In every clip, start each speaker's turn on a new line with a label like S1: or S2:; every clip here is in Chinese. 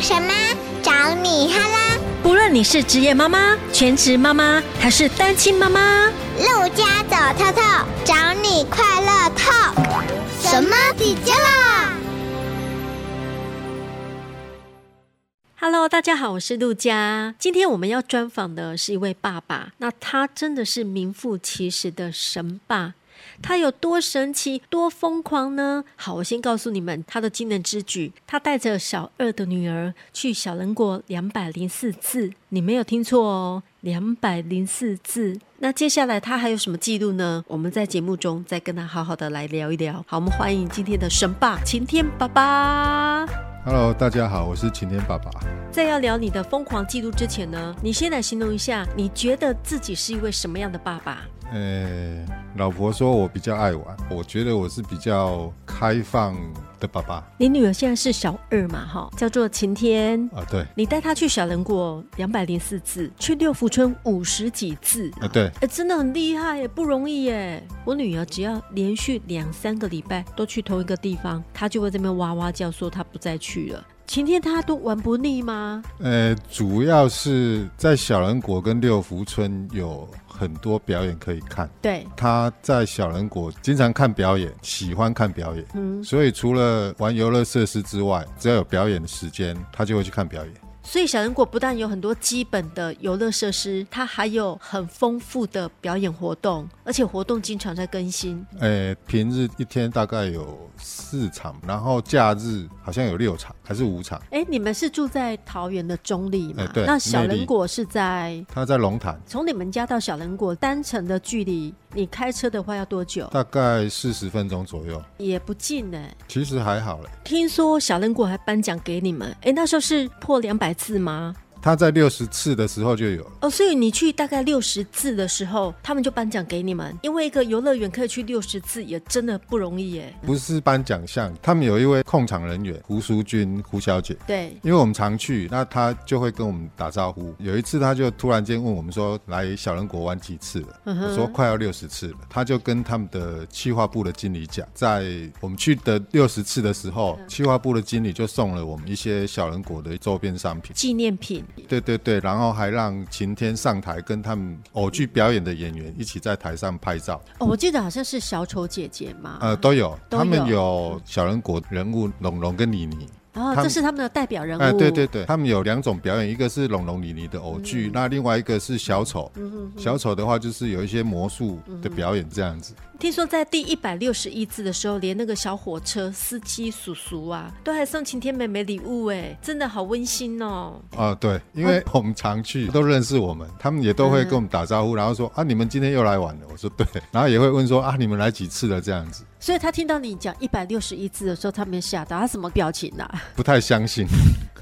S1: 什么？找你哈啦！
S2: 不论你是职业妈妈、全职妈妈，还是单亲妈妈，
S1: 陆家走透透，找你快乐透。什么底家啦？
S2: Hello，大家好，我是陆佳。今天我们要专访的是一位爸爸，那他真的是名副其实的神爸。他有多神奇、多疯狂呢？好，我先告诉你们他的惊人之举。他带着小二的女儿去小人国两百零四次，你没有听错哦，两百零四次。那接下来他还有什么记录呢？我们在节目中再跟他好好的来聊一聊。好，我们欢迎今天的神爸晴天爸爸。
S3: Hello，大家好，我是晴天爸爸。
S2: 在要聊你的疯狂记录之前呢，你先来形容一下，你觉得自己是一位什么样的爸爸？
S3: 呃、老婆说我比较爱玩，我觉得我是比较开放的爸爸啊、
S2: 你女儿现在是小二嘛，哈，叫做晴天。
S3: 对，
S2: 你带她去小人国两百零四次，去六福村五十几次，
S3: 啊、对，
S2: 哎、真的很厉害耶，不容易耶！我女儿只要连续两三个礼拜都去同一个地方，她就会这边哇哇叫，说她不再去了。晴天她都玩不腻吗？
S3: 呃，主要是在小人国跟六福村有很多表演可以看。
S2: 对，
S3: 他在小人国经常看表演，喜欢看表演，
S2: 嗯，
S3: 所以除了玩游乐设施之外，只要有表演的时间，他就会去看表演。
S2: 所以小人国不但有很多基本的游乐设施，它还有很丰富的表演活动，而且活动经常在更新。
S3: 呃，平日一天大概有四场，然后假日好像有六场还是五场。
S2: 哎，你们是住在桃园的中立嘛？
S3: 哎对
S2: 那小
S3: 内
S2: 人
S3: 坜
S2: 国是在
S3: 他在龙潭，
S2: 从你们家到小人国单程的距离，你开车的话要多久？
S3: 大概四十分钟左右，
S2: 也不近呢、
S3: 其实还好嘞。
S2: 听说小人国还颁奖给你们，哎，那时候是破两百次吗？
S3: 他在六十次的时候就有了，
S2: 哦，所以你去大概六十次的时候，他们就颁奖给你们，因为一个游乐园可以去六十次，也真的不容易耶。
S3: 不是颁奖项，他们有一位控场人员胡淑君胡小姐。
S2: 对，
S3: 因为我们常去，那她就会跟我们打招呼。有一次，她就突然间问我们说：“来小人国玩几次了？”
S2: 嗯哼
S3: 我说：“快要六十次了。”她就跟他们的企划部的经理讲，在我们去的六十次的时候，
S2: 嗯
S3: 企划部的经理就送了我们一些小人国的周边商品。
S2: 纪念品。
S3: 对对对，然后还让晴天上台跟他们偶剧表演的演员一起在台上拍照，
S2: 哦，我记得好像是小丑姐姐嘛。
S3: 呃，都有，
S2: 啊都有
S3: 他们有小人国人物龙龙跟妮妮，
S2: 然后这
S3: 他们
S2: 是他们的代表人物。
S3: 哎、对对对，他们有两种表演，一个是龙龙妮妮的偶
S2: 嗯
S3: 剧，那另外一个是小丑，小丑的话就是有一些魔术的表演这样子，
S2: 听说在第一百六十一次的时候，连那个小火车司机叔叔啊，都还送晴天妹妹礼物，哎，真的好温馨哦。
S3: 啊、对，因为我们常去，都认识我们，他们也
S2: 嗯
S3: 都会跟我们打招呼，然后说啊，你们今天又来玩了，我说对，然后也会问说啊，你们来几次了这样子，
S2: 所以他听到你讲一百六十一次的时候，他没吓到，他什么表情啊？
S3: 不太相信。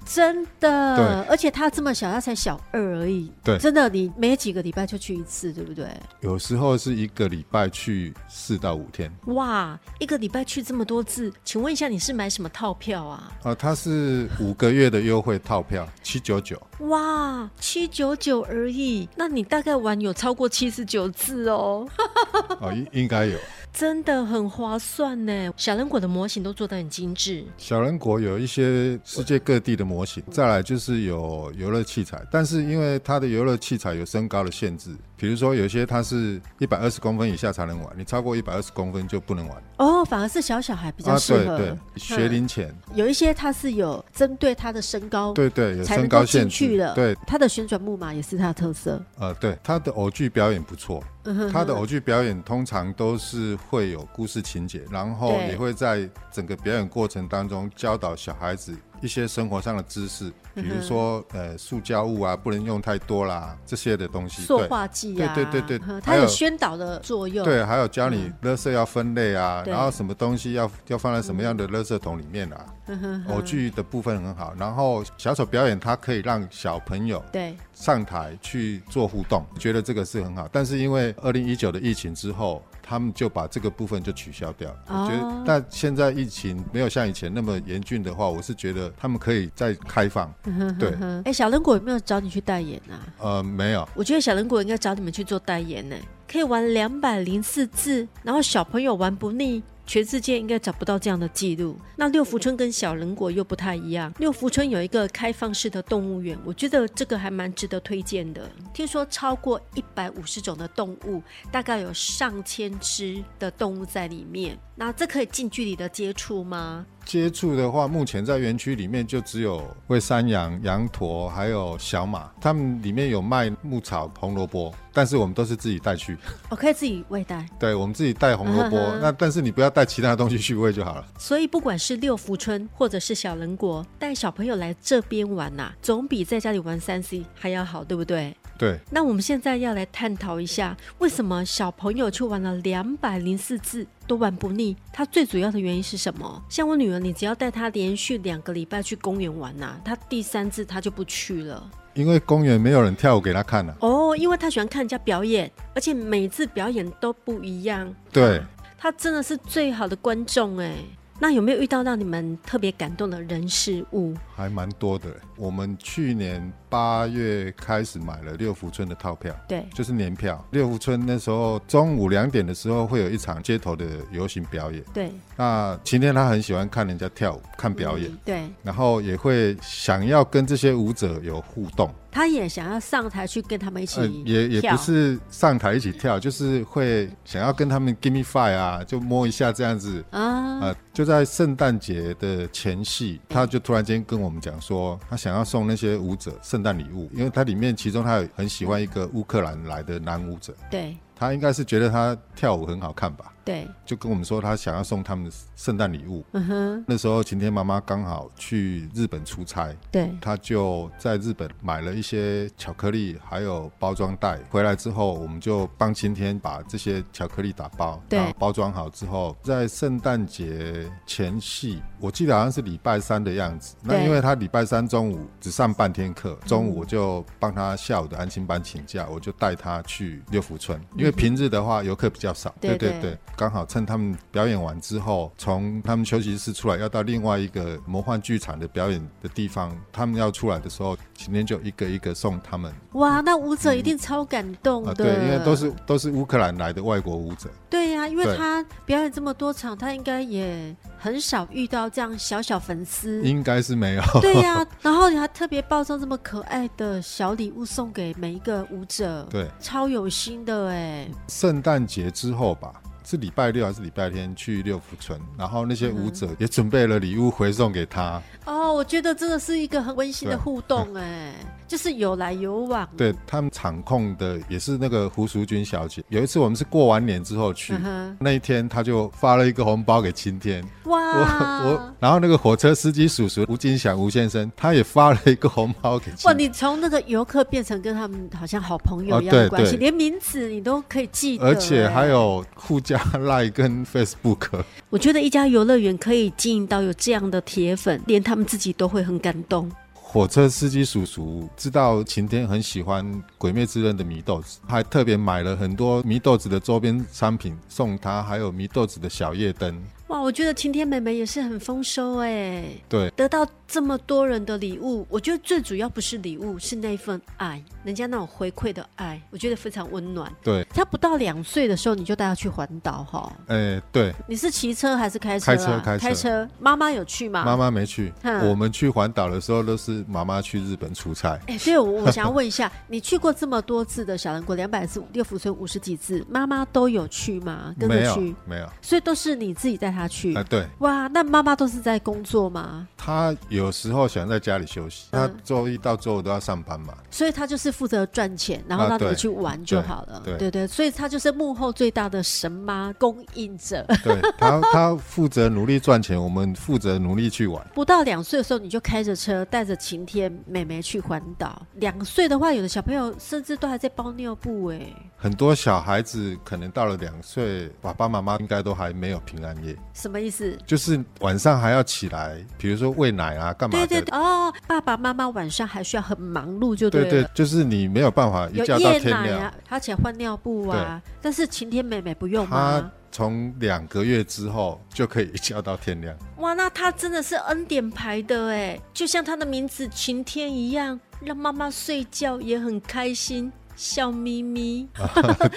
S2: 真的，
S3: 对
S2: 而且他这么小，他才小二而已。
S3: 对
S2: 真的，你每几个礼拜就去一次，对不对？
S3: 有时候是一个礼拜去四到五天
S2: 哇，一个礼拜去这么多次，请问一下你是买什么套票啊？
S3: 啊、它是五个月的优惠套票，七九九。
S2: 哇，七九九而已，那你大概玩有超过七十九次哦，
S3: 哦，应应该有。
S2: 真的很划算呢。小人国的模型都做得很精致，
S3: 小人国有一些世界各地的模型，再来就是有游乐器材，但是因为它的游乐器材有身高的限制，比如说有些它是一百二十公分以下才能玩，你超过一百二十公分就不能玩。
S2: 哦，反而是小小孩比较适
S3: 啊对
S2: 合。嗯
S3: 对，学龄前，
S2: 有一些它是有针对他的身高。
S3: 对对，有
S2: 才能
S3: 身
S2: 够
S3: 高
S2: 进
S3: 限
S2: 去
S3: 制
S2: 的，。
S3: 对，，
S2: 它的旋转木马也是它的特色。
S3: 呃，对，他的偶剧表演不错，
S2: 嗯哼
S3: 他的偶剧表演通常都是会有故事情节，然后
S2: 对
S3: 也会在整个表演过程当中教导小孩子一些生活上的知识，比
S2: 嗯
S3: 如说呃塑胶物啊不能用太多啦这些的东西。
S2: 塑
S3: 对
S2: 化剂啊，
S3: 对对对对
S2: 嗯它
S3: 还有
S2: 有宣导的作用。嗯
S3: 对，啊还有教你垃圾要分类啊，
S2: 对
S3: 然后什么东西要要放在什么样的垃圾桶里面啊。
S2: 嗯哼哼
S3: 偶剧的部分很好，然后小丑表演它可以让小朋友
S2: 对，
S3: 上台去做互动，觉得这个是很好。但是因为二零一九的疫情之后，他们就把这个部分就取消掉了。
S2: 哦
S3: 我觉得，但现在疫情没有像以前那么严峻的话，我是觉得他们可以再开放。对，
S2: 嗯，哎，小人国有没有找你去代言啊？
S3: 呃，没有，
S2: 我觉得小人国应该找你们去做代言呢，可以玩两百零四次，然后小朋友玩不腻，全世界应该找不到这样的记录。那六福村跟小人国又不太一样，六福村有一个开放式的动物园，我觉得这个还蛮值得推荐的。听说超过一百五十种的动物，大概有上千只的动物在里面。那这可以近距离的接触吗？
S3: 接触的话，目前在园区里面就只有喂山羊、羊驼，还有小马，他们里面有卖牧草、红萝卜，但是我们都是自己带去。
S2: 我可以自己喂带。
S3: 对，我们自己带红萝卜，
S2: 嗯哼
S3: 那但是你不要带其他的东西去喂就好了。
S2: 所以不管是六福村或者是小人国，带小朋友来这边玩呐、总比在家里玩三 C 还要好，对不对？
S3: 对，
S2: 那我们现在要来探讨一下，为什么小朋友去玩了两百零四次都玩不腻？它最主要的原因是什么？像我女儿，你只要带她连续两个礼拜去公园玩呐、她第三次她就不去了。
S3: 因为公园没有人跳舞给他看啊了、
S2: 哦，因为她喜欢看人家表演，而且每次表演都不一样。
S3: 对，
S2: 他真的是最好的观众哎。那有没有遇到让你们特别感动的人事物？
S3: 还蛮多的。我们去年八月开始买了六福村的套票。
S2: 对，
S3: 就是年票，六福村那时候中午两点的时候会有一场街头的游行表演。
S2: 对，
S3: 那晴天他很喜欢看人家跳舞、看表演，
S2: 对，
S3: 然后也会想要跟这些舞者有互动，
S2: 他也想要上台去跟他们一起、
S3: 呃
S2: 跳。
S3: 也也不是上台一起跳，就是会想要跟他们 give me five 啊，就摸一下这样子。
S2: 啊，
S3: 呃，就在圣诞节的前夕，他就突然间跟我们讲说，他想要送那些舞者圣诞礼物，因为他里面其中他有很喜欢一个乌克兰来的男舞者，
S2: 对
S3: 他应该是觉得他跳舞很好看吧，
S2: 对，
S3: 就跟我们说他想要送他们圣诞礼物。
S2: 嗯哼，
S3: 那时候晴天妈妈刚好去日本出差，
S2: 对
S3: 她就在日本买了一些巧克力，还有包装袋。回来之后，我们就帮晴天把这些巧克力打包，
S2: 对
S3: 然后包装好之后，在圣诞节前夕，我记得好像是礼拜三的样子。那
S2: 对
S3: 因为她礼拜三中午只上半天课，中午我就帮她下午的安心班请假，我就带她去六福村，因为平日的话游客比较少。
S2: 对
S3: 对
S2: 对
S3: 对，刚好趁他们表演完之后，从他们休息室出来，要到另外一个魔幻剧场的表演的地方，他们要出来的时候，晴天就一个一个送他们
S2: 哇，那舞者一定超感动
S3: 啊、
S2: 的。
S3: 对，因为都是都是乌克兰来的外国舞者，
S2: 对呀、因为
S3: 对
S2: 他表演这么多场，他应该也很少遇到这样小小粉丝。
S3: 应该是没有。
S2: 嗯对呀、 然后你还特别包装这么可爱的小礼物送给每一个舞者，
S3: 对，
S2: 超有心的哎。
S3: 圣诞节之后吧。是礼拜六还是礼拜天去六福村？然后那些
S2: 嗯
S3: 舞者也准备了礼物回送给他。
S2: 哦，我觉得真的是一个很温馨的
S3: 对
S2: 互动哎，就是有来有往。
S3: 对他们场控的也是那个胡淑君小姐。有一次我们是过完年之后去，
S2: 嗯哼，
S3: 那一天他就发了一个红包给晴天，我
S2: 哇
S3: 我，然后那个火车司机叔叔吴金祥吴先生，他也发了一个红包给
S2: 哇，
S3: 晴天，
S2: 你从那个游客变成跟他们好像好朋友
S3: 哦
S2: 一样的
S3: 对
S2: 关系，
S3: 对
S2: 连名字你都可以记得，
S3: 而且
S2: 哎
S3: 还有互加 Line 跟 Facebook，
S2: 我觉得一家游乐园可以经营到有这样的铁粉，连他们自己都会很感动。
S3: 火车司机叔叔知道晴天很喜欢《鬼灭之刃》的祢豆子，还特别买了很多祢豆子的周边商品送他，还有祢豆子的小夜灯。
S2: 哇，我觉得晴天妹妹也是很丰收哎，
S3: 对，
S2: 得到这么多人的礼物，我觉得最主要不是礼物，是那一份爱，人家那种回馈的爱，我觉得非常温暖。
S3: 对，
S2: 他不到两岁的时候，你就带他去环岛哈。
S3: 哎，对，
S2: 你是骑车还是开车、啊？
S3: 开车开车
S2: 妈妈有去吗？
S3: 妈。妈没去，
S2: 嗯
S3: 我们去环岛的时候都是妈妈去日本出差。
S2: 哎，对，我我想 要问一下，你去过这么多次的小人国，两百次、六福村五十几次，妈妈都有去吗？跟
S3: 没
S2: 着
S3: 有呃
S2: 去，，
S3: 没有，啊、哎
S2: 所以都是你自己带他去。
S3: 对。
S2: 哇，那妈妈都是在工作吗？
S3: 他有时候想在家里休息，他
S2: 嗯
S3: 周一到周五都要上班嘛。
S2: 所以她就是负责赚钱，然后
S3: 啊
S2: 让你们
S3: 对
S2: 去玩就好了。
S3: 对
S2: 对所以她就是幕后最大的神妈供应者。
S3: 对 他，他负责努力赚钱，我们负责努力去玩。
S2: 不到两岁的时候，你就开着车带着晴天妹妹去环岛。两岁的话，有的小朋友甚至都还在包尿布哎、
S3: 很多小孩子可能到了两岁，爸爸妈妈应该都还没有平安夜，
S2: 什么意思？
S3: 就是晚上还要起来，比如说喂奶啊，干嘛
S2: 对对
S3: 的。
S2: 对，哦，爸爸妈妈晚上还需要很忙碌，就
S3: 对
S2: 了。
S3: 对就是你没有办法一
S2: 有
S3: 觉到
S2: 夜
S3: 天
S2: 奶
S3: 亮。
S2: 啊，还要起来换尿布啊。但是晴天妹妹不用啊
S3: 他
S2: 吗？
S3: 从两个月之后就可以一觉到天亮。
S2: 哇，那她真的是恩典牌的欸哎，就像她的名字晴天一样，让妈妈睡觉也很开心。笑眯眯，
S3: 啊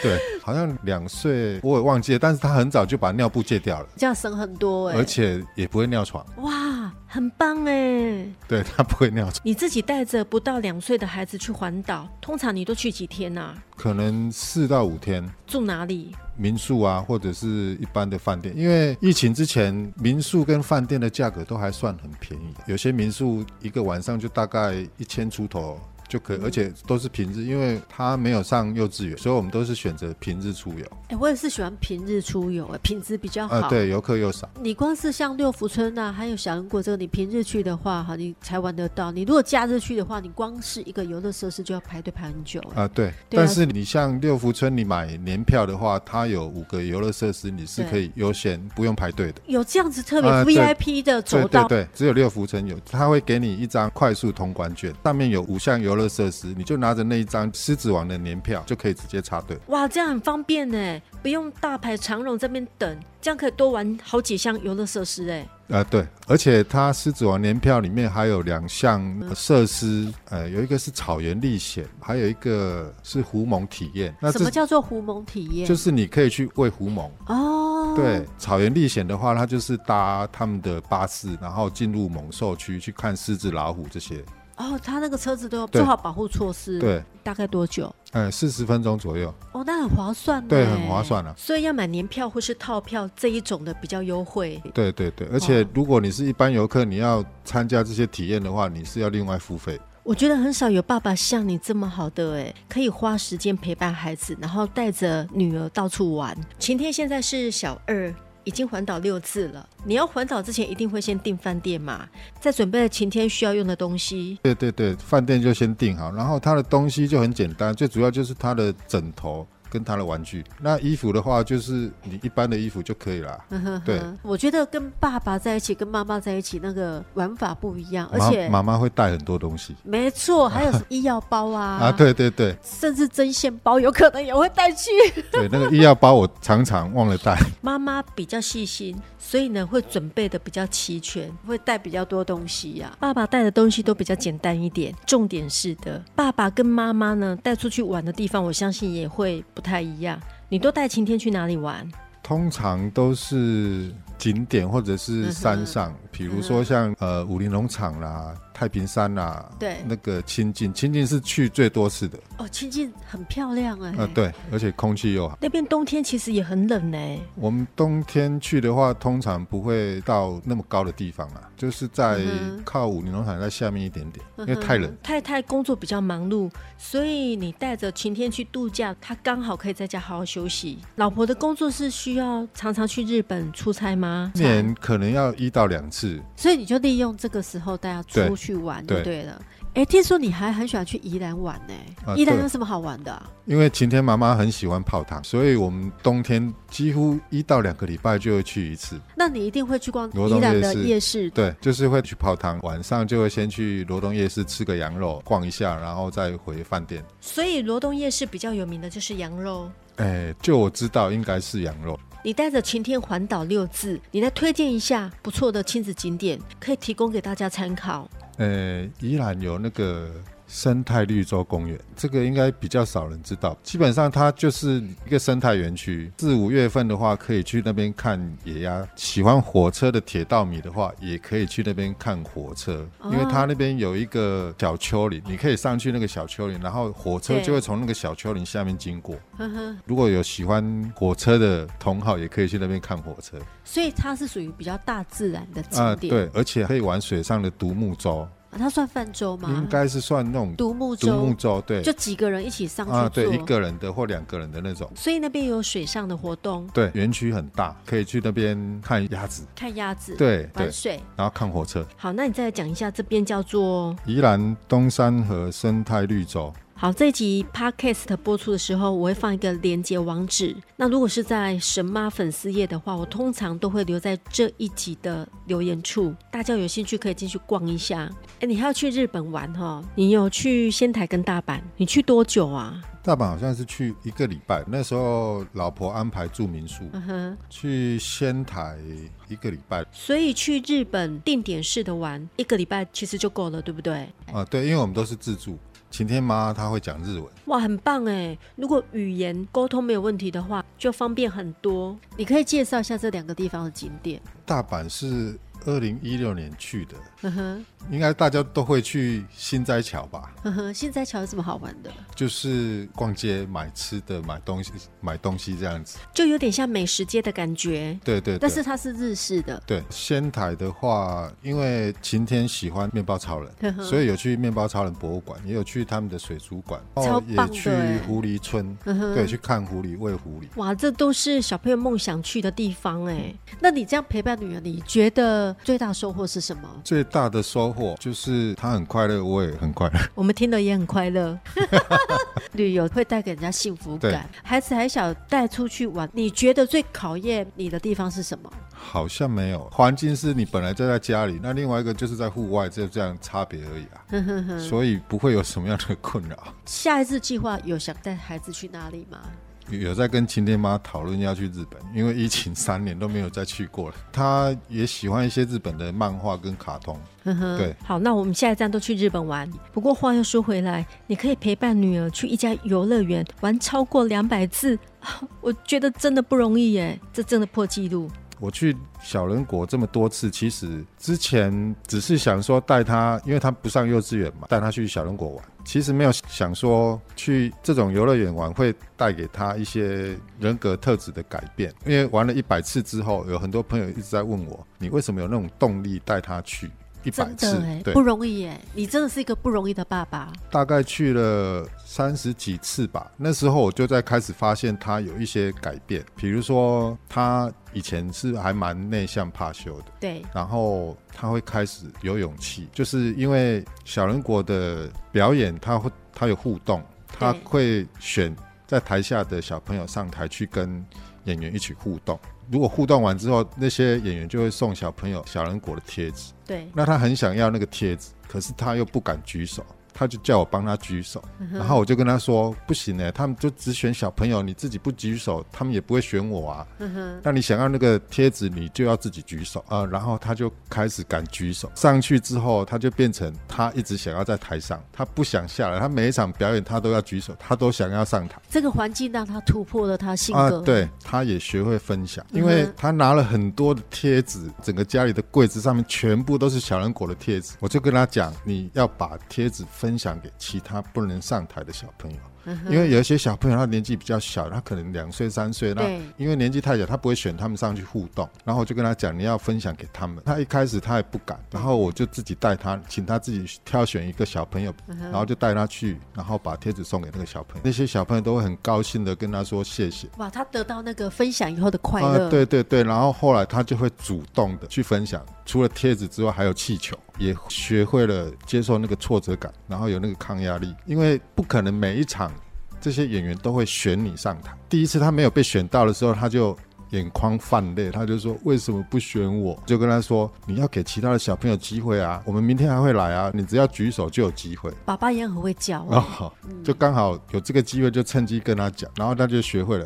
S3: 对，好像两岁，我也忘记了，但是他很早就把尿布戒掉了，
S2: 这样省很多哎、
S3: 而且也不会尿床，
S2: 哇，很棒哎！
S3: 对他不会尿床，
S2: 你自己带着不到两岁的孩子去环岛，通常你都去几天啊？
S3: 可能四到五天。
S2: 住哪里？
S3: 民宿啊，或者是一般的饭店，因为疫情之前，民宿跟饭店的价格都还算很便宜，有些民宿一个晚上就大概一千出头。就可以，而且都是平日，因为他没有上幼稚园，所以我们都是选择平日出游。
S2: 哎、我也是喜欢平日出游哎、品质比较好。
S3: 啊、对，游客又少。
S2: 你光是像六福村呐、还有小人国这个，你平日去的话，哈，你才玩得到。你如果假日去的话，你光是一个游乐设施就要排队排很久。
S3: 啊，对，
S2: 对啊
S3: 但是你像六福村，你买年票的话，它有五个游乐设施，你是
S2: 对
S3: 可以优先不用排队的。
S2: 有这样子特别
S3: 啊对
S2: VIP 的
S3: 对
S2: 走
S3: 对
S2: 道，
S3: 对，只有六福村有，它会给你一张快速通关券，上面有五项游乐设施，你就拿着那一张狮子王的年票就可以直接插队。
S2: 哇，这样很方便哎，不用大排长龙这边等，这样可以多玩好几项游乐设施哎。
S3: 啊，对，而且它狮子王年票里面还有两项
S2: 嗯
S3: 呃设施，呃，有一个是草原历险，还有一个是狐獴体验。那
S2: 什么
S3: 这
S2: 叫做狐獴体验？
S3: 就是你可以去喂狐獴。
S2: 哦，
S3: 对，草原历险的话，它就是搭他们的巴士，然后进入猛兽区去看狮子、老虎这些。
S2: 哦，他那个车子都有
S3: 对
S2: 做好保护措施。，
S3: 对，
S2: 大概多久？
S3: 呃，四十分钟左右，
S2: 哦，那很划算呢。
S3: 对，很划。算啊。
S2: 所以要买年票或是套票这一种的比较优惠。
S3: 对对对，
S2: 哦
S3: 而且如果你是一般游客，你要参加这些体验的话，你是要另外付费。
S2: 我觉得很少有爸爸像你这么好的哎，可以花时间陪伴孩子，然后带着女儿到处玩。晴天现在是小二，已经环岛六次了。你要环岛之前，一定会先订饭店嘛，再准备晴天需要用的东西。
S3: 对对对，饭店就先订好，然后它的东西就很简单，最主要就是它的枕头跟它的玩具。那衣服的话，就是你一般的衣服就可以啦。对，
S2: 嗯，我觉得跟爸爸在一起，跟妈妈在一起那个玩法不一样，而
S3: 妈
S2: 且
S3: 妈妈会带很多东西
S2: 没错，还有什么医药包啊，
S3: 啊，对对对
S2: 甚至针线包有可能也会带去。
S3: 对，那个医药包我常常忘了带。
S2: 妈妈比较细心，所以呢会准备的比较齐全，会带比较多东西呀、爸爸带的东西都比较简单一点，重点是的，爸爸跟妈妈呢带出去玩的地方，我相信也会不太一样。你都带晴天去哪里玩？
S3: 通常都是景点或者
S2: 嗯
S3: 是山上，比如说像呃武林农场啦、太平山啦，
S2: 对
S3: 那个清境，清境是去最多次的，
S2: 哦，清境很漂亮哎、
S3: 呃，对，而且空气又好。
S2: 那边冬天其实也很冷哎、
S3: 我们冬天去的话，通常不会到那么高的地方啊，就是在靠武林农场在下面一点点，因为太冷。
S2: 太太工作比较忙碌，所以你带着晴天去度假，她刚好可以在家好好休息。老婆的工作是需要常常去日本出差吗？
S3: 一年可能要一到两次，
S2: 所以你就利用这个时候大家出去玩就
S3: 对
S2: 对了。哎，听说你还很喜欢去宜兰玩呢、
S3: 啊
S2: 宜兰
S3: 对
S2: 有什么好玩的啊、
S3: 因为晴天妈妈很喜欢泡汤，所以我们冬天几乎一到两个礼拜就会去一次。
S2: 那你一定会去逛
S3: 罗
S2: 宜
S3: 东
S2: 兰
S3: 夜
S2: 的
S3: 市
S2: 夜市。
S3: 对，就是会去泡汤，晚上就会先去罗东夜市吃个羊肉，逛一下，然后再回饭店。
S2: 所以罗东夜市比较有名的就是羊肉。
S3: 哎，就我知道应该是羊肉，
S2: 你带着晴天环岛六字，你来推荐一下不错的亲子景点，可以提供给大家参考。
S3: 呃，宜兰有那个生态绿洲公园，这个应该比较少人知道。基本上它就是一个生态园区，四五月份的话可以去那边看野鸭。喜欢火车的铁道迷的话，也可以去那边看火车，
S2: 哦
S3: 因为它那边有一个小丘陵，你可以上去那个小丘陵，然后火车
S2: 对
S3: 就会从那个小丘陵下面经过。
S2: 呵呵，
S3: 如果有喜欢火车的同好，也可以去那边看火车
S2: 所以它是属于比较大自然的景
S3: 啊、
S2: 点。
S3: 对，而且可以玩水上的独木舟，
S2: 啊它算泛舟吗？
S3: 应该是算那种
S2: 独木
S3: 独
S2: 舟
S3: 木，舟，对，
S2: 就几个人一起上去坐。
S3: 啊，对，一个人的或两个人的那种。
S2: 所以那边有水上的活动，
S3: 对，园区很大，可以去那边看鸭子，
S2: 看鸭子，
S3: 对对
S2: 玩，水。
S3: 然后看火车。
S2: 好，那你再来讲一下这边叫做
S3: 宜兰东山河生态绿洲，
S2: 好，这一集 podcast 播出的时候，我会放一个连接网址。那如果是在神妈粉丝页的话，我通常都会留在这一集的留言处，大家有兴趣可以进去逛一下。哎，你还要去日本玩哈、哦？你有去仙台跟大阪，你去多久啊？
S3: 大阪好像是去一个礼拜，那时候老婆安排住民宿，
S2: 嗯哼，哎
S3: 去仙台一个礼拜
S2: 所以去日本定点式的玩，一个礼拜其实就够了，对不对？
S3: 啊。对，因为我们都是自助，晴天妈她会讲日文，
S2: 哇，很棒哎！如果语言沟通没有问题的话，就方便很多。你可以介绍一下这两个地方的景点。
S3: 大阪是二零一六年去的，
S2: 呵呵
S3: 应该大家都会去新斋桥吧？
S2: 呵呵，现在桥有什么好玩的？
S3: 就是逛街买吃的、买东西、买东西这样子。
S2: 就有点像美食街的感觉，
S3: 对对对。
S2: 但是它是日式的。
S3: 对仙台的话，因为晴天喜欢面包超
S2: 呵
S3: 人，
S2: 呵
S3: 所以有去面包超人博物馆，也有去他们的水族馆，
S2: 超
S3: 哦，
S2: 棒的
S3: 也去
S2: 欸
S3: 狐狸村，
S2: 呵呵
S3: 对，去看狐狸、喂狐狸。
S2: 哇，这都是小朋友梦想去的地方哎。那你这样陪伴女儿，你觉得最大收获是什么？
S3: 最大的收获就是他很快乐，我也很快乐。
S2: 我们听了也很快乐。旅游会带给人家幸福感，孩子还小，带出去玩，你觉得最考验你的地方是什么？
S3: 好像没有环境是你本来就在家里，那另外一个就是在户外，只有这样差别而已啊，
S2: 哼哼哼。
S3: 所以不会有什么样的困扰。
S2: 下一次计划有想带孩子去哪里吗？
S3: 有在跟晴天妈讨论要去日本，因为疫情三年都没有再去过了。 她也喜欢一些日本的漫画跟卡通，
S2: 呵呵，
S3: 对，
S2: 好，那我们下一站都去日本玩。不过话又说回来，你可以陪伴女儿去一家游乐园玩超过两百次、 啊，我觉得真的不容易耶，这真的破纪录。
S3: 我去小人国这么多次，其实之前只是想说带他，因为他不上幼稚园嘛，带他去小人国玩。其实没有想说去这种游乐园玩会带给他一些人格特质的改变，因为玩了一百次之后，有很多朋友一直在问我，你为什么有那种动力带他去一百
S2: 真
S3: 次
S2: 的哎？，
S3: 对
S2: 不，容易耶！你真的是一个不容易的爸爸。
S3: 大概去了三十几次吧。那时候我就在开始发现他有一些改变，比如说他以前是还蛮内向怕羞的。
S2: 对，
S3: 然后他会开始有勇气，就是因为小人国的表演，他会他有互动，他会选在台下的小朋友上台去跟演员一起互动。如果互动完之后，那些演员就会送小朋友小人国的贴纸，
S2: 对，
S3: 那他很想要那个贴纸，可是他又不敢举手。他就叫我帮他举手，然后我就跟他说：“不行呢、他们就只选小朋友，你自己不举手，他们也不会选我啊。”
S2: 呵呵，
S3: 那你想要那个贴纸，你就要自己举手啊、呃然后他就开始敢举手，上去之后，他就变成他一直想要在台上，他不想下来。他每一场表演他都要举手，他都想要上台
S2: 这个环境让他突破了他性
S3: 啊、
S2: 格。，嗯
S3: 对，他也学会分享，
S2: 哼
S3: 因为他拿了很多的贴纸，整个家里的柜子上面全部都是小人国的贴纸。我就跟他讲，你要把贴纸分享给其他不能上台的小朋友。
S2: 嗯
S3: 因为有一些小朋友他年纪比较小，他可能两岁三岁，那
S2: 对
S3: 因为年纪太小，他不会选他们上去互动。然后我就跟他讲，你要分享给他们。他一开始他也不敢，然后我就自己带他，请他自己挑选一个小朋友，
S2: 嗯
S3: 然后就带他去，然后把贴纸送给那个小朋友。那些小朋友都会很高兴的跟他说谢谢。
S2: 哇，他得到那个分享以后的快
S3: 啊
S2: 乐。，
S3: 对对对，然后后来他就会主动的去分享，除了贴纸之外，还有气球，也学会了接受那个挫折感，然后有那个抗压力，因为不可能每一场这些演员都会选你上台。第一次他没有被选到的时候，他就。眼眶泛泪，他就说：“为什么不选我？”就跟他说：“你要给其他的小朋友机会啊，我们明天还会来啊，你只要举手就有机会。”
S2: 爸爸也很会教、啊
S3: 哦，好就刚好有这个机会，就趁机跟他讲，然后他就学会了。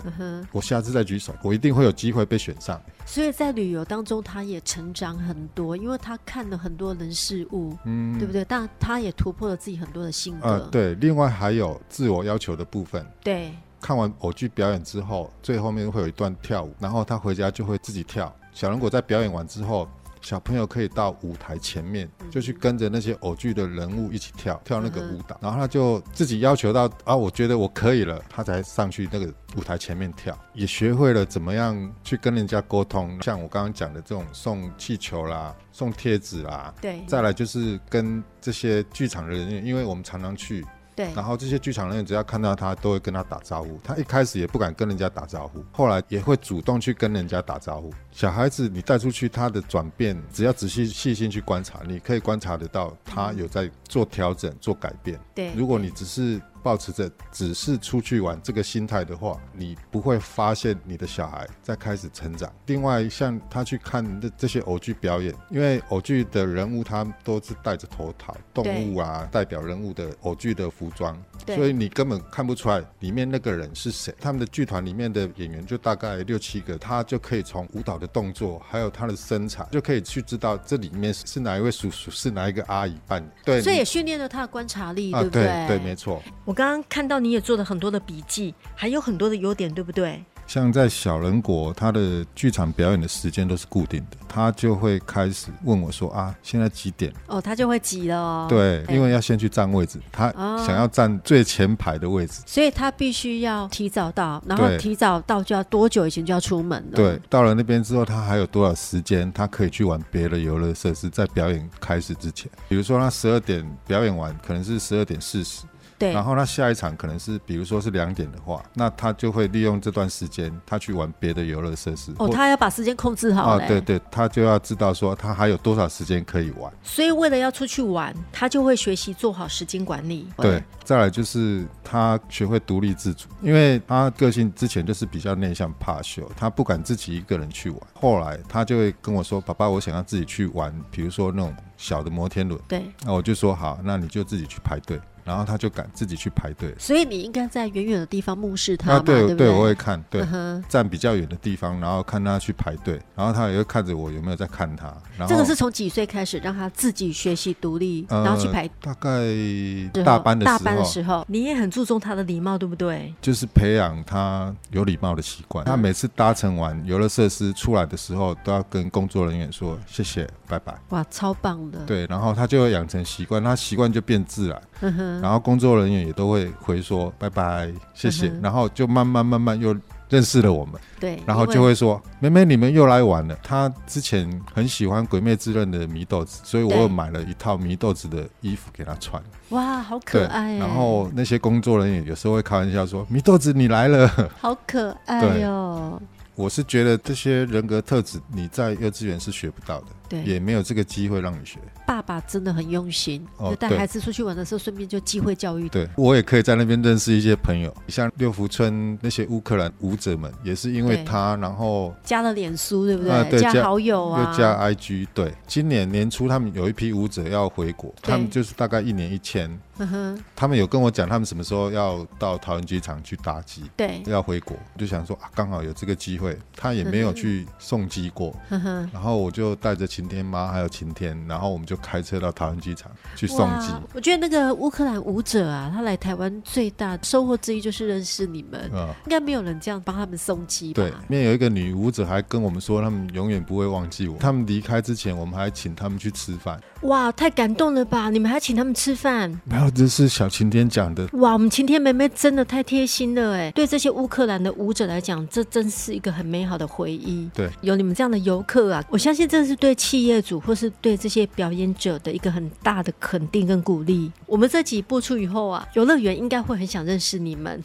S3: 我下次再举手，我一定会有机会被选上。
S2: 所以在旅游当中，他也成长很多，因为他看了很多人事物，嗯，对不对？但他也突破了自己很多的性格，
S3: 呃，对，另外还有自我要求的部分。
S2: 对
S3: 看完偶剧表演之后，最后面会有一段跳舞，然后他回家就会自己跳。小人国在表演完之后，小朋友可以到舞台前面，就去跟着那些偶剧的人物一起跳跳那个舞蹈，然后他就自己要求到啊，我觉得我可以了，他才上去那个舞台前面跳，也学会了怎么样去跟人家沟通。像我刚刚讲的这种送气球啦、送贴纸啦，
S2: 对
S3: 再来就是跟这些剧场的人员，因为我们常常去，
S2: 对
S3: 然后这些剧场人员只要看到他，都会跟他打招呼。他一开始也不敢跟人家打招呼，后来也会主动去跟人家打招呼。小孩子你带出去，他的转变，只要仔细细心去观察，你可以观察得到他有在做调整、做改变。
S2: 对
S3: 如果你只是保持着只是出去玩这个心态的话，你不会发现你的小孩在开始成长。另外，像他去看这这些偶剧表演，因为偶剧的人物他都是戴着头套，动物啊代表人物的偶剧的服装，
S2: 对
S3: 所以你根本看不出来里面那个人是谁。他们的剧团里面的演员就大概六七个，他就可以从舞蹈的动作，还有他的身材，就可以去知道这里面是是哪一位叔叔，是哪一个阿姨扮演。对，
S4: 所以也训练了他的观察力，
S3: 啊，
S4: 不
S3: 对对，没错。
S2: 我刚刚看到你也做了很多的笔记，还有很多的优点，对不对？
S3: 像在小人国，他的剧场表演的时间都是固定的，他就会开始问我说啊，现在几点？
S2: 哦，他就会急了哦。，
S3: 对，
S2: 哎
S3: 因为要先去占位置，他
S2: 哦
S3: 想要占最前排的位置。
S4: 所以他必须要提早到，然后
S3: 对
S4: 提早到就要多久以前就要出门了？
S3: 对，，到了那边之后，他还有多少时间，他可以去玩别的游乐设施，在表演开始之前，比如说他十二点表演完，可能是十二点四十，
S4: 对
S3: 然后他下一场可能是，比如说是两点的话，那他就会利用这段时间，他去玩别的游乐设施。
S4: 哦，
S3: 或
S4: 他要把时间控制好哎
S3: 啊，
S4: 嘞。
S3: 对对，他就要知道说他还有多少时间可以玩。
S2: 所以为了要出去玩，他就会学习做好时间管理。
S3: 对，再来就是他学会独立自主，因为他个性之前就是比较内向怕羞，他不敢自己一个人去玩。后来他就会跟我说：“爸爸，我想要自己去玩，比如说那种小的摩天轮。
S4: 对，”
S3: 那我就说：“好，那你就自己去排队。”然后他就敢自己去排队。
S4: 所以你应该在远远的地方目视他
S3: 啊，
S4: 嘛，
S3: 对
S4: 不对？
S3: 我会看，对
S4: 嗯，哼
S3: 站比较远的地方，然后看他去排队，然后他也会看着我有没有在看他。然后
S4: 这个是从几岁开始让他自己学习独立，然后去排
S3: 哦呃、大概大班的时候，
S4: 大班的时候，
S2: 你也很注重他的礼貌，对不对？
S3: 就是培养他有礼貌的习
S4: 嗯
S3: 惯。他每次搭乘完游乐设施出来的时候，都要跟工作人员说谢谢，拜拜。
S4: 哇，超棒的。
S3: 对，然后他就会养成习惯，他习惯就变自然。
S4: 嗯
S3: 然后工作人员也都会回说拜拜，谢
S4: 嗯
S3: 谢。然后就慢慢慢慢又认识了我们，
S4: 对，
S3: 然后
S4: 因为
S3: 就会说妹妹你们又来玩了。他之前很喜欢《鬼灭之刃》的祢豆子，所以我
S4: 对
S3: 又买了一套祢豆子的衣服给他穿。
S4: 哇，好可
S3: 对，
S4: 爱、欸，
S3: 然后那些工作人员有时候会开玩笑说祢豆子你来了。
S4: 好可爱
S3: 对
S4: 哦、
S3: 我是觉得这些人格特质你在幼稚园是学不到的，
S4: 对
S3: 也没有这个机会让你学。
S4: 爸爸真的很用心，
S3: 哦
S4: 就带
S3: 对
S4: 孩子出去玩的时候，顺便就机会教育他。
S3: 对我也可以在那边认识一些朋友，像六福村那些乌克兰舞者们，也是因
S4: 对
S3: 为他，然后
S4: 加了脸书，对不对？
S3: 啊对
S4: 加
S3: 加
S4: 好友
S3: 又
S4: 啊，
S3: 加 IG。对，今年年初他们有一批舞者要回国，他们就是大概一年一千，
S4: 呵呵，
S3: 他们有跟我讲他们什么时候要到桃园机场去搭机。
S4: 对，
S3: 要回国，我就想说啊，刚好有这个机会，他也没有去送机过，
S4: 呵呵，
S3: 然后我就带着晴天妈还有晴天，然后我们就开车到桃园机场去送机。
S4: 哇我觉得那个乌克兰舞者啊，他来台湾最大收获之一就是认识你们，
S3: 嗯，
S4: 应该没有人这样帮他们送机吧？
S3: 对，里面有一个女舞者还跟我们说，他们永远不会忘记我。他们离开之前，我们还请他们去吃饭。
S2: 哇，太感动了吧！你们还请他们吃饭。
S3: 没有，这是小晴天讲的。
S2: 哇，我们晴天妹妹真的太贴心了哎！对这些乌克兰的舞者来讲，这真是一个很美好的回忆。
S3: 对，
S2: 有你们这样的游客啊，我相信这是对企业主或是对这些表演者的一个很大的肯定跟鼓励。我们这集播出以后啊，游乐园应该会很想认识你们。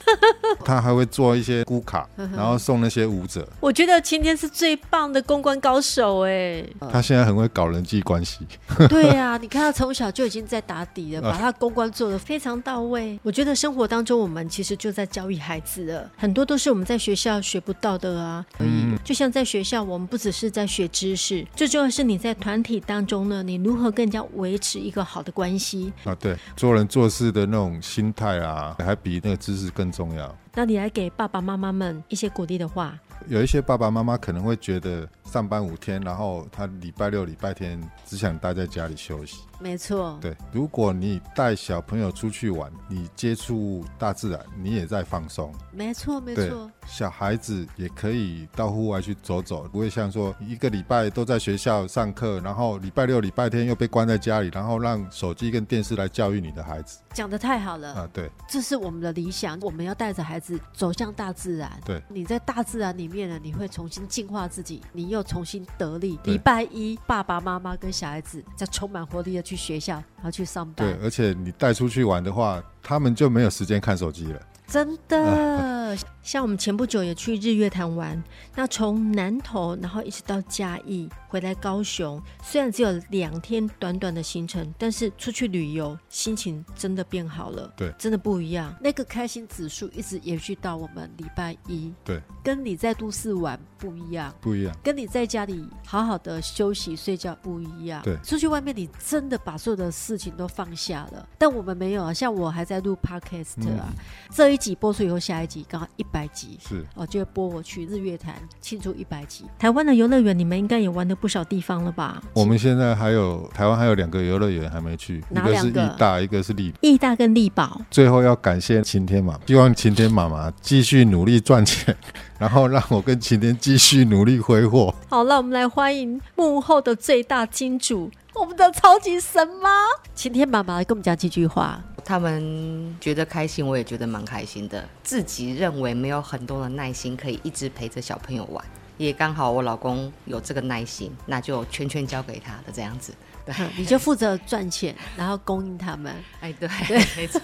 S3: 她还会做一些咕卡，然后送那些舞者。
S2: 我觉得晴天是最棒的公关高手哎！
S3: 她现在很会搞人际关系。
S4: 对啊，你看他从小就已经在打底了，
S3: 啊
S4: 把他公关做得非
S2: 非
S4: 常。
S2: 常到位。我觉得生活当中，我们其实就在教育孩子了，很多都是我们在学校学不到的啊。嗯，就像在学校，我们不只是在学知识，最重要的是你在团体当中呢，你如何跟人家维持一个好的关系。
S3: 啊，对，做人做事的那种心态啊，还比那个知识更重要。
S2: 那你来给爸爸妈妈们一些鼓励的话，
S3: 有一些爸爸妈妈可能会觉得上班五天，然后他礼拜六、礼拜天只想待在家里休息。
S4: 没错，
S3: 对，如果你带小朋友出去玩，你接触大自然，你也在放松。
S4: 没错，没
S3: 对
S4: 错，，
S3: 小孩子也可以到户外去走走，不会像说一个礼拜都在学校上课，然后礼拜六、礼拜天又被关在家里，然后让手机跟电视来教育你的孩子
S4: 讲得太好了。
S2: 嗯
S3: 啊。对，
S4: 这是我们的理想，我们要带着孩子走向大自然。
S3: 对，
S4: 你在大自然里面呢，你会重新净化自己，你又重新得力。
S3: 对
S4: 礼拜一，爸爸妈妈跟小孩子再充满活力的去学校，然后去上
S3: 对
S4: 班，，
S3: 而且你带出去玩的话，他们就没有时间看手机了。
S4: 真的。的，
S2: 像我们前不久也去日月潭玩，那从南投，然后一直到嘉义，回来高雄，虽然只有两天短短的行程，但是出去旅游心情真的变好了，
S3: 对
S2: 真的不一样。
S4: 那个开心指数一直延续到我们礼拜一。
S3: 对，
S4: 跟你在都市玩不一样。
S3: 不一样。
S4: 跟你在家里好好的休息睡觉不一样。
S3: 对
S4: 出去外面你真的把所有的事情都放下了，但我们没有啊。像我还在录 podcast 啊，这一集播出以后，下一集刚好一百集，
S3: 是
S4: 哦，就会播我去日月潭庆祝一百集。
S2: 台湾的游乐园，你们应该也玩了不少地方了吧？
S3: 我们现在还有台湾还有两个游乐园还没去，一
S2: 哪
S3: 个是
S2: 两个
S3: 义大，一个是立。
S2: 义大跟力宝，
S3: 最后要感谢晴天妈妈，希望晴天妈妈继续努力赚钱，然后让我跟晴天继续努力挥霍。
S2: 好，让我们来欢迎幕后的最大金主，我们的超级神妈。
S4: 晴天妈妈跟我们讲几句话，
S5: 他们觉得开心，我也觉得蛮开心的。自己认为没有很多的耐心可以一直陪着小朋友玩，也刚好我老公有这个耐心，那就圈圈交给他的这样子。对，
S4: 哼 你就负责赚钱，然后供应他们。
S5: 哎，对，没错。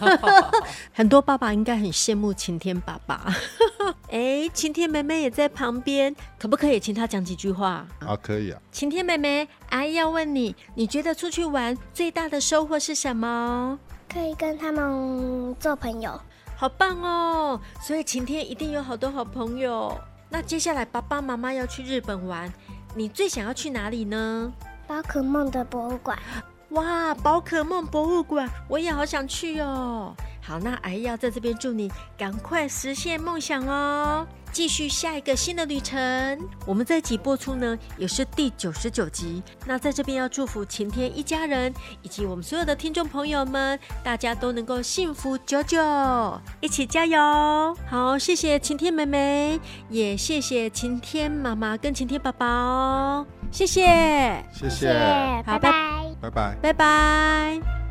S2: 很多爸爸应该很羡慕晴天爸 爸。哎，晴天妹妹也在旁边，可不可以请她讲几句话？
S3: 啊，可以啊，
S2: 晴天妹妹，阿姨要问你，你觉得出去玩最大的收获是什么？
S1: 可以跟他们做朋友。
S2: 好棒哦！所以晴天一定有好多好朋友。那接下来爸爸妈妈要去日本玩，你最想要去哪里呢？
S1: 宝可梦的博物馆，
S2: 哇，宝可梦博物馆，我也好想去哦。好，那阿姨要在这边祝你赶快实现梦想哦，继续下一个新的旅程。我们这集播出呢，也是第九十九集。那在这边要祝福晴天一家人，以及我们所有的听众朋友们，大家都能够幸福久久，一起加油！好，谢谢晴天妹妹，也谢谢晴天妈妈跟晴天爸爸哦，谢谢，
S1: 谢
S3: 谢
S1: 谢，拜
S2: 好拜
S1: 拜。
S3: 拜拜。
S2: 拜拜。